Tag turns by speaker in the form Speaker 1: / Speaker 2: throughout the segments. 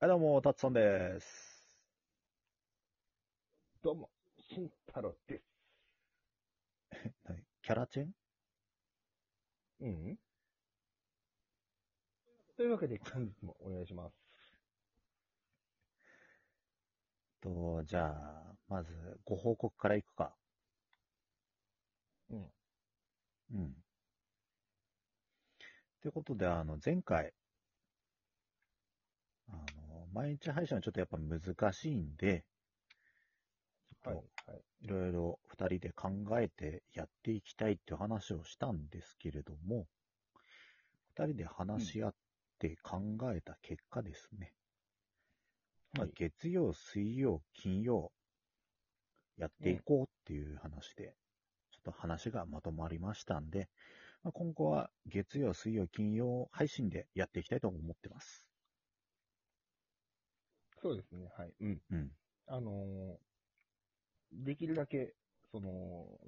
Speaker 1: はい、どうも、たつさんです。
Speaker 2: どうも、慎太郎です。
Speaker 1: 何キャラチェン
Speaker 2: うんというわけで、本日もお願いします。
Speaker 1: と、じゃあ、まず、ご報告からいくか。
Speaker 2: うん。
Speaker 1: うん。ということで、あの、前回、あの、毎日配信はちょっとやっぱ難しいんで、
Speaker 2: はい、
Speaker 1: そ
Speaker 2: はい。
Speaker 1: いろいろ二人で考えてやっていきたいっていう話をしたんですけれども、二人で話し合って考えた結果ですね。まあ
Speaker 2: はい、
Speaker 1: 月曜、水曜、金曜、やっていこうっていう話で、ちょっと話がまとまりましたんで、まあ、今後は月曜、水曜、金曜配信でやっていきたいと思ってます。
Speaker 2: そうですね、はい。うん。
Speaker 1: うん。
Speaker 2: あのーできるだけ、その、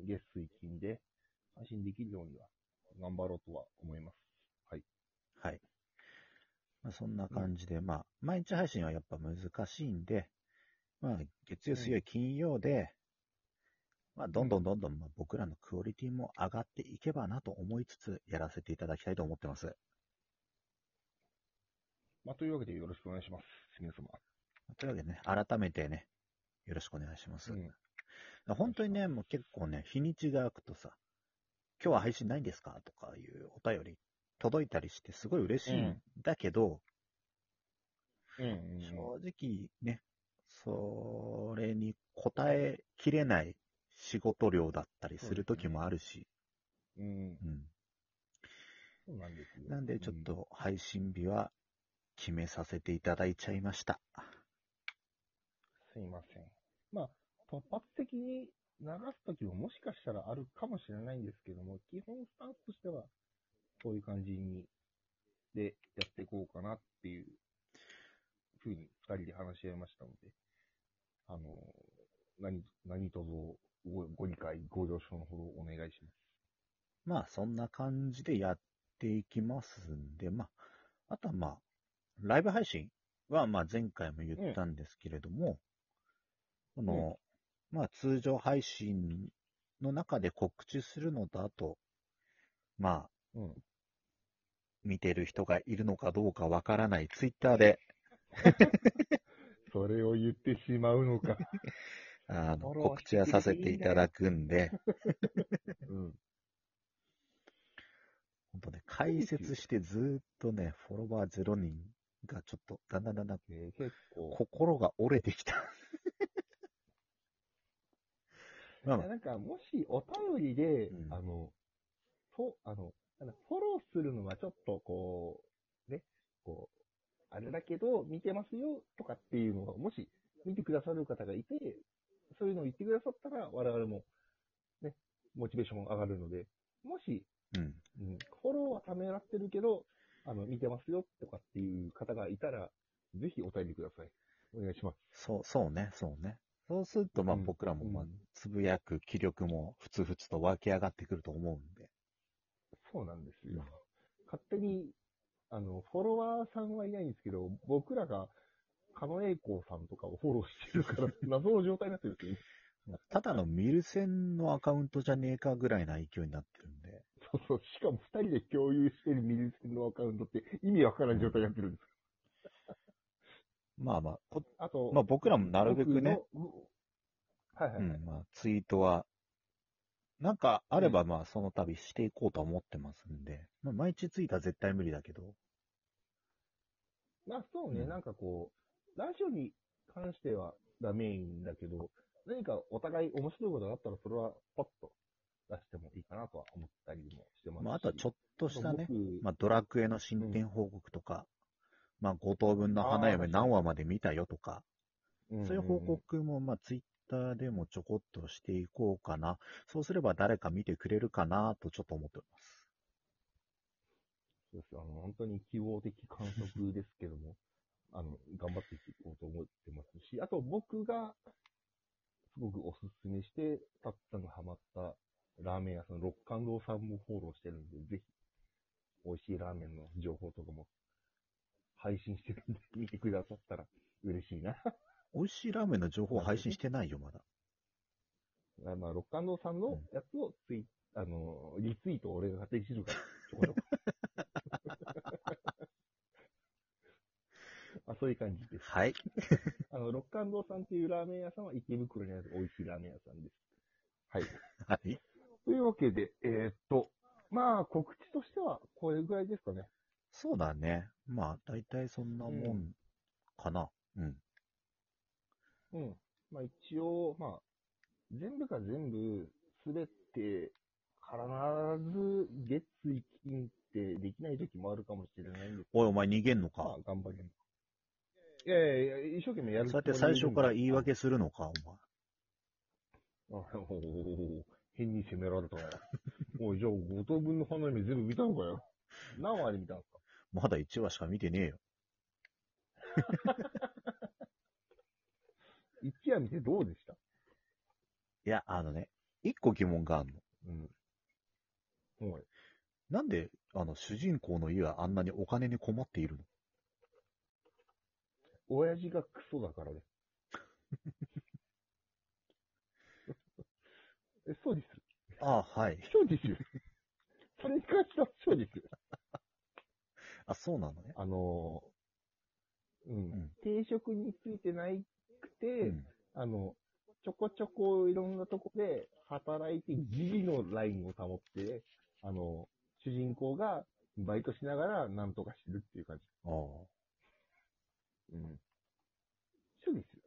Speaker 2: 月水金で配信できるようには頑張ろうとは思います。
Speaker 1: はい。まあ、そんな感じで、まあ、毎日配信はやっぱ難しいんで、まあ、月曜、
Speaker 2: うん
Speaker 1: 水曜、金曜で、まあ、どんどんどんどん、まあ、僕らのクオリティも上がっていけばなと思いつつ、やらせていただきたいと思ってます。
Speaker 2: まあ、というわけでよろしくお願いします。皆様。
Speaker 1: というわけでね、改めてね、よろしくお願いします。
Speaker 2: うん
Speaker 1: 本当にね、もう結構ね、日にちが空くとさ、今日は配信ないんですかとかいうお便り届いたりして、すごい嬉しいんだけど、
Speaker 2: うん、
Speaker 1: 正直ね、それに応えきれない仕事量だったりする時もあるし、
Speaker 2: うん。うん。
Speaker 1: うん。
Speaker 2: そうなんですよ。
Speaker 1: なんでちょっ
Speaker 2: うん
Speaker 1: と配信日は決めさせていただいちゃいました。
Speaker 2: すいません。まあ、突発的に流すときももしかしたらあるかもしれないんですけども、基本スタンスとしては、そういう感じに、で、やっていこうかなっていう、ふうに二人で話し合いましたので、あの、何、何とぞごご理解、ご了承のほどお願いします。
Speaker 1: まあそんな感じでやっていきますんで、まあ、あとはまあ、ライブ配信はまあ前回も言ったんですけれども、この、まあ通常配信の中で告知するのと、あと、まあ、
Speaker 2: うん。
Speaker 1: 見てる人がいるのかどうかわからないツイッターで、
Speaker 2: それを言ってしまうのか。
Speaker 1: あの、
Speaker 2: フォロー
Speaker 1: 告知はさせていただくんで、
Speaker 2: うん。
Speaker 1: 本当ね、解説してずーっとね、フォロワー0人がちょっと、だんだんだんだん
Speaker 2: ね結構。
Speaker 1: 心が折れて きた。まあ
Speaker 2: い
Speaker 1: ま
Speaker 2: や
Speaker 1: あ
Speaker 2: なんか、もしお便りで、
Speaker 1: うん
Speaker 2: あの、と、あの、なんだフォローするのはちょっとこう、ね、こう、あれだけど、見てますよとかっていうのが、もし見てくださる方がいて、そういうのを言ってくださったら、我々も、ね、モチベーション上がるので、もし、
Speaker 1: うん。
Speaker 2: うん、フォローはためらってるけど、あの、見てますよとかっていう方がいたら、ぜひお便りください。お願いします。
Speaker 1: そう、そうね、そうね。そうすると、まあ
Speaker 2: うん
Speaker 1: 僕らも、まあ
Speaker 2: う、ん
Speaker 1: つぶやく気力もふつふつと湧き上がってくると思うんで。
Speaker 2: そうなんです
Speaker 1: うん
Speaker 2: よ。勝手に、あの、フォロワーさんはいないんですけど、僕らが、狩野英孝さんとかをフォローしてるから、謎の状態になってるんです よ。
Speaker 1: ただのミルセンのアカウントじゃねえかぐらいな勢いになってるんで。
Speaker 2: そうそう。しかも二人で共有してるミリスのアカウントって意味わからない状態になってるんです。
Speaker 1: まあまあ、こ
Speaker 2: あと、
Speaker 1: まあ僕らもなるべくね
Speaker 2: 僕の。はいは
Speaker 1: う
Speaker 2: いはい。
Speaker 1: ん、まあ、ツイートは、なんかあれば、まあ、その度していこうとは思ってますんで、まあ、毎日ツイートは絶対無理だけど、
Speaker 2: まあそうね、
Speaker 1: うん
Speaker 2: なんかこう、ラジオに関してはダメンだけど、何かお互い面白いことがあったら、それはパッと出してもいいかなとは思ったりもしてますし。
Speaker 1: まあ、あとはちょっとしたね、
Speaker 2: 僕
Speaker 1: まあ、ドラクエの進展報告とか、まあ、5等分の花
Speaker 2: あ
Speaker 1: 嫁
Speaker 2: ー
Speaker 1: 何話まで見たよとか、
Speaker 2: んんん
Speaker 1: そういう報告も、まあ、ツイッターでもちょこっとしていこうかな。そうすれば誰か見てくれるかなとちょっと思っております。
Speaker 2: そうですよあの、本当に希望的観測ですけども、あの、頑張っていこうと思ってますし、あと僕が、すごくおすすめして、たっさんがハマったラーメン屋さん、六感堂さんもフォローしてるんで、ぜひ、美味しいラーメンの情報とかも配信してるんで、見てくださったら嬉しいな。
Speaker 1: 美味しいラーメンの情報配信してないよ、まだ。
Speaker 2: あまあ、六感堂さんのやつをツイ、あの、リツイートを俺が勝手に知 るから、ちょこちょこあ、そういう感じです。
Speaker 1: はい。
Speaker 2: あの、六感堂さんっていうラーメン屋さんは池袋にある美味しいラーメン屋さんです。はい。
Speaker 1: はい。
Speaker 2: というわけで、えーっと、まあ、告知としてはこれぐらいですかね。
Speaker 1: そうだね。まあ、大体そんなもんかな。うん。
Speaker 2: うん。まあ一応、まあ、全部が全部、すべて、必ず月水金ってできない時もあるかもしれないんです
Speaker 1: おい、お前逃げんの
Speaker 2: が、ま
Speaker 1: か
Speaker 2: あ。頑張れば。いやいやいや、一生懸命やる
Speaker 1: そうやって最初から言い
Speaker 2: つもりでいるんで
Speaker 1: 訳するのか、お
Speaker 2: あおお変に責められたな。 おい、じゃあ、五等分の花嫁全部見たのかよ。何割見たんですか
Speaker 1: 前。まだ1話しか見てねえよ。
Speaker 2: 一夜見てどうでした
Speaker 1: いや、あのね、一個疑問があるの。
Speaker 2: うん。おい。
Speaker 1: なんで、あの、主人公の家はあんなにお金に困っているの
Speaker 2: 親父がクソだからね。 え、そうです。
Speaker 1: ああ、はい。
Speaker 2: そうですよ。それに関してはそうですよ。
Speaker 1: あ、そうなのね。
Speaker 2: あのー、うん。
Speaker 1: ん
Speaker 2: 定職についてないくて、
Speaker 1: うん。
Speaker 2: あの、ちょこちょこいろんなとこで働いて、ギリのラインを保って、あの、主人公がバイトしながらなんとかしてるっていう感じ。
Speaker 1: ああ。
Speaker 2: うん。そうですよ。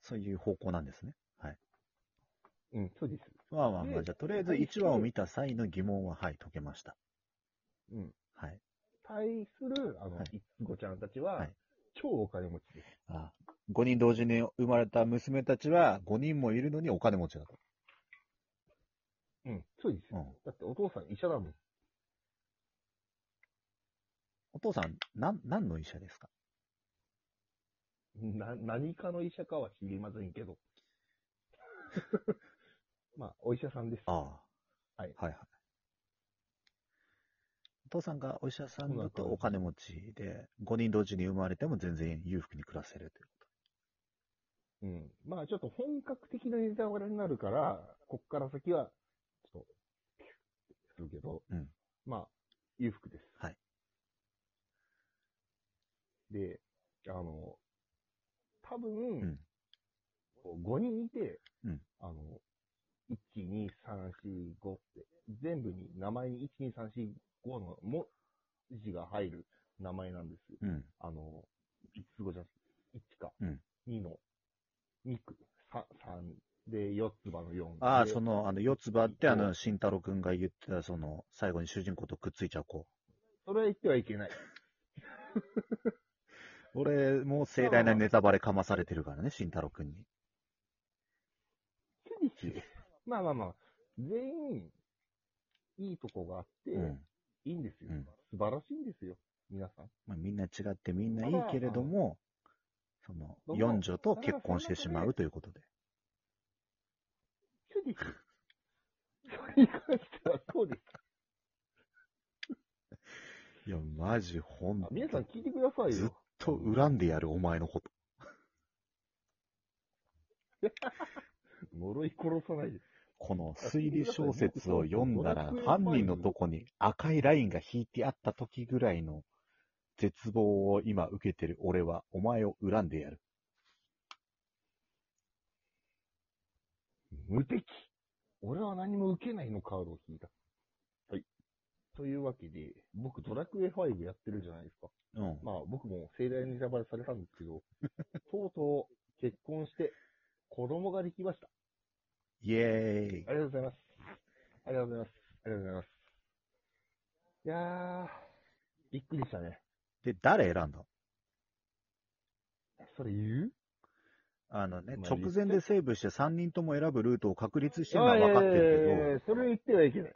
Speaker 1: そういう方向なんですね。はい。
Speaker 2: うん、そうです。
Speaker 1: まあまあまあ、
Speaker 2: で
Speaker 1: じゃあ、とりあえず1話を見た際の疑問は、はい、解けました。
Speaker 2: うん。
Speaker 1: はい。
Speaker 2: 対する、あの、
Speaker 1: はい
Speaker 2: いつこちゃんたちは、
Speaker 1: はい
Speaker 2: 超お金持ちです。
Speaker 1: ああ5人同時に生まれた娘たちは5人もいるのにお金持ちだと。
Speaker 2: うん、そうです
Speaker 1: う
Speaker 2: よ。
Speaker 1: ん。
Speaker 2: だってお父さん医者だもん。
Speaker 1: お父さん、なん、何の医者ですか
Speaker 2: な、何かの医者かは知りませんけど。 まあ、お医者さんです。
Speaker 1: ああ。
Speaker 2: はい
Speaker 1: はいはい。お父さんがお医者さんだとお金持ちで、5人同時に生まれても全然裕福に暮らせるというこ
Speaker 2: うん。まあ、ちょっと本格的なネタバレになるから、こっから先は、ちょっと、するけど、
Speaker 1: うん
Speaker 2: まあ、裕福です。
Speaker 1: はい。
Speaker 2: で、あの、多分、
Speaker 1: ん
Speaker 2: 5人いて、
Speaker 1: うん
Speaker 2: あの、1、2、3、4、5って、全部に、名前に1、2、3、4、5の文字が入る名前なんですよ。
Speaker 1: と。うん。
Speaker 2: あの、いつごじゃなくて、1か、
Speaker 1: うん
Speaker 2: 2の、2区、3、3で、4つ葉の4。
Speaker 1: ああ、
Speaker 2: で
Speaker 1: その、あの、四つ葉って、あ
Speaker 2: そ
Speaker 1: の、
Speaker 2: う
Speaker 1: 慎太郎くんが言ってた、その、最後に主人公とくっついちゃう子。
Speaker 2: それは言ってはいけない。
Speaker 1: 俺、もう盛大なネタバレかまされてるからね、慎太郎くんに。
Speaker 2: まあまあまあ、全員、いいとこがあって、
Speaker 1: うん。
Speaker 2: いいんですよ、
Speaker 1: うん
Speaker 2: 素晴らしいんですよ。皆さん。
Speaker 1: まあ、みんな違ってみんないいけれども、その、
Speaker 2: どうも
Speaker 1: 四女と結婚してしまうということで。
Speaker 2: そうです。それに関してはそうです。
Speaker 1: いや、マジ、ほん
Speaker 2: あ皆さん聞いてください
Speaker 1: ずっ
Speaker 2: よ。
Speaker 1: と恨んでやる、お前のこと。
Speaker 2: 呪い殺さないで。
Speaker 1: この推理小説を読んだら、犯人のとこに赤いラインが引いてあった時ぐらいの絶望を今受けてる俺は、お前を恨んでやる。
Speaker 2: 無敵。俺は何も受けないのカードを引いた。はい。というわけで、僕ドラクエ5やってるじゃないですか。
Speaker 1: うん。
Speaker 2: まあ僕も盛大にネタバレされたんですけ ど、とうとう結婚して子供ができました。
Speaker 1: イエーイ
Speaker 2: あ。りがとうございます。ありがとうございます。ありがとうございます。いやー、びっくりしたね。
Speaker 1: で、誰選んだの
Speaker 2: それ言う
Speaker 1: あのね、
Speaker 2: まあ
Speaker 1: 直前でセーブして3人とも選ぶルートを確立してるの
Speaker 2: あ
Speaker 1: はい
Speaker 2: や
Speaker 1: 分
Speaker 2: い
Speaker 1: かって
Speaker 2: やいやい
Speaker 1: る
Speaker 2: やそれ言ってはいけない。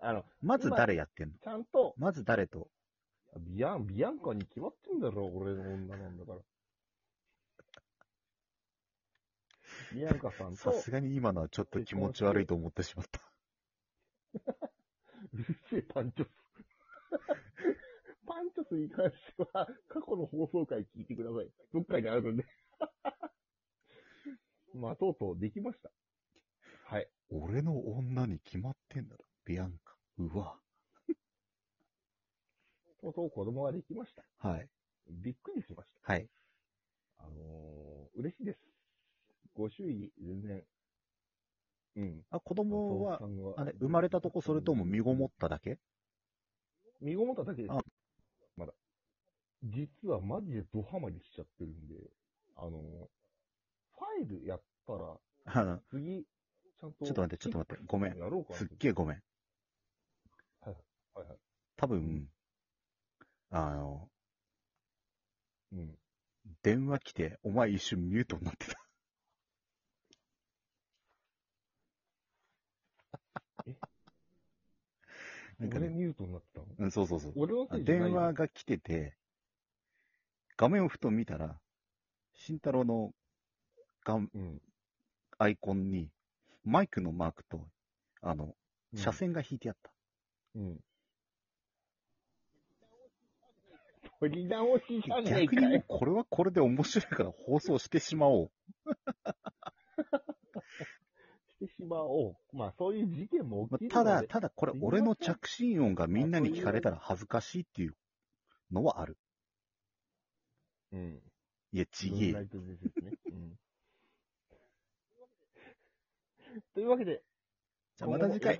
Speaker 2: あの、
Speaker 1: けど、まず誰やってんの
Speaker 2: ちゃんと、
Speaker 1: まず誰と
Speaker 2: ビアン、ビアンカに決まってんだろ、俺の女なんだから。ビアンカさんと、
Speaker 1: さすがに今のはちょっと気持ち悪いと思ってしまった。
Speaker 2: うるせえパンチョス。パンンチョスに関しては、過去の放送回聞いてください。どっかにあ るんで。まあ、とうとうできました。はい。
Speaker 1: 俺の女に決まってんだろ、ビアンカ。うわ。
Speaker 2: とうとう子供ができました。
Speaker 1: はい。
Speaker 2: びっくりしまし
Speaker 1: はい。
Speaker 2: た。あのー、嬉しいです。ご祝儀、全然。うん。
Speaker 1: あ、子供は
Speaker 2: お父さ、んは
Speaker 1: あれ、生まれたとこ、それとも身ごもっただけ
Speaker 2: 身ごもっただけです
Speaker 1: あ。
Speaker 2: まだ。実はマジでドハマりしちゃってるんで、あのー、ファイルやったら、
Speaker 1: うん
Speaker 2: 次、ちゃんと。
Speaker 1: ちょっと待ってちょっと待ってごめん
Speaker 2: やろうかな。
Speaker 1: すっげえごめん。
Speaker 2: はいはい。
Speaker 1: 多分、あの、
Speaker 2: うん。
Speaker 1: 電話来て、お前一瞬ミュートになってた。 なんか
Speaker 2: 俺
Speaker 1: ね、
Speaker 2: ミュートになってたの
Speaker 1: うん、そうそうそう。
Speaker 2: 俺の
Speaker 1: あ
Speaker 2: せいじゃない
Speaker 1: 電
Speaker 2: よ
Speaker 1: 話が来てて、画面をふと見たら、慎太郎の画面
Speaker 2: うん。
Speaker 1: アイコンに、マイクのマークと、あの、車線が引いてあった。
Speaker 2: うん。取り直しじゃねえ
Speaker 1: 逆に
Speaker 2: か
Speaker 1: もう
Speaker 2: よ。
Speaker 1: これはこれで面白いから放送してしまおう。
Speaker 2: してしまおう。まあ、そういう事件も
Speaker 1: ま
Speaker 2: 起き
Speaker 1: あた
Speaker 2: るの
Speaker 1: だ、
Speaker 2: で、
Speaker 1: ただこれ俺の着信音がみんなに聞かれたら恥ずかしいっていうのはある。
Speaker 2: うん。
Speaker 1: いや、ち
Speaker 2: ム
Speaker 1: げえ
Speaker 2: ーン
Speaker 1: よ
Speaker 2: ライトですね。うん。というわけで、
Speaker 1: じゃあまた次回。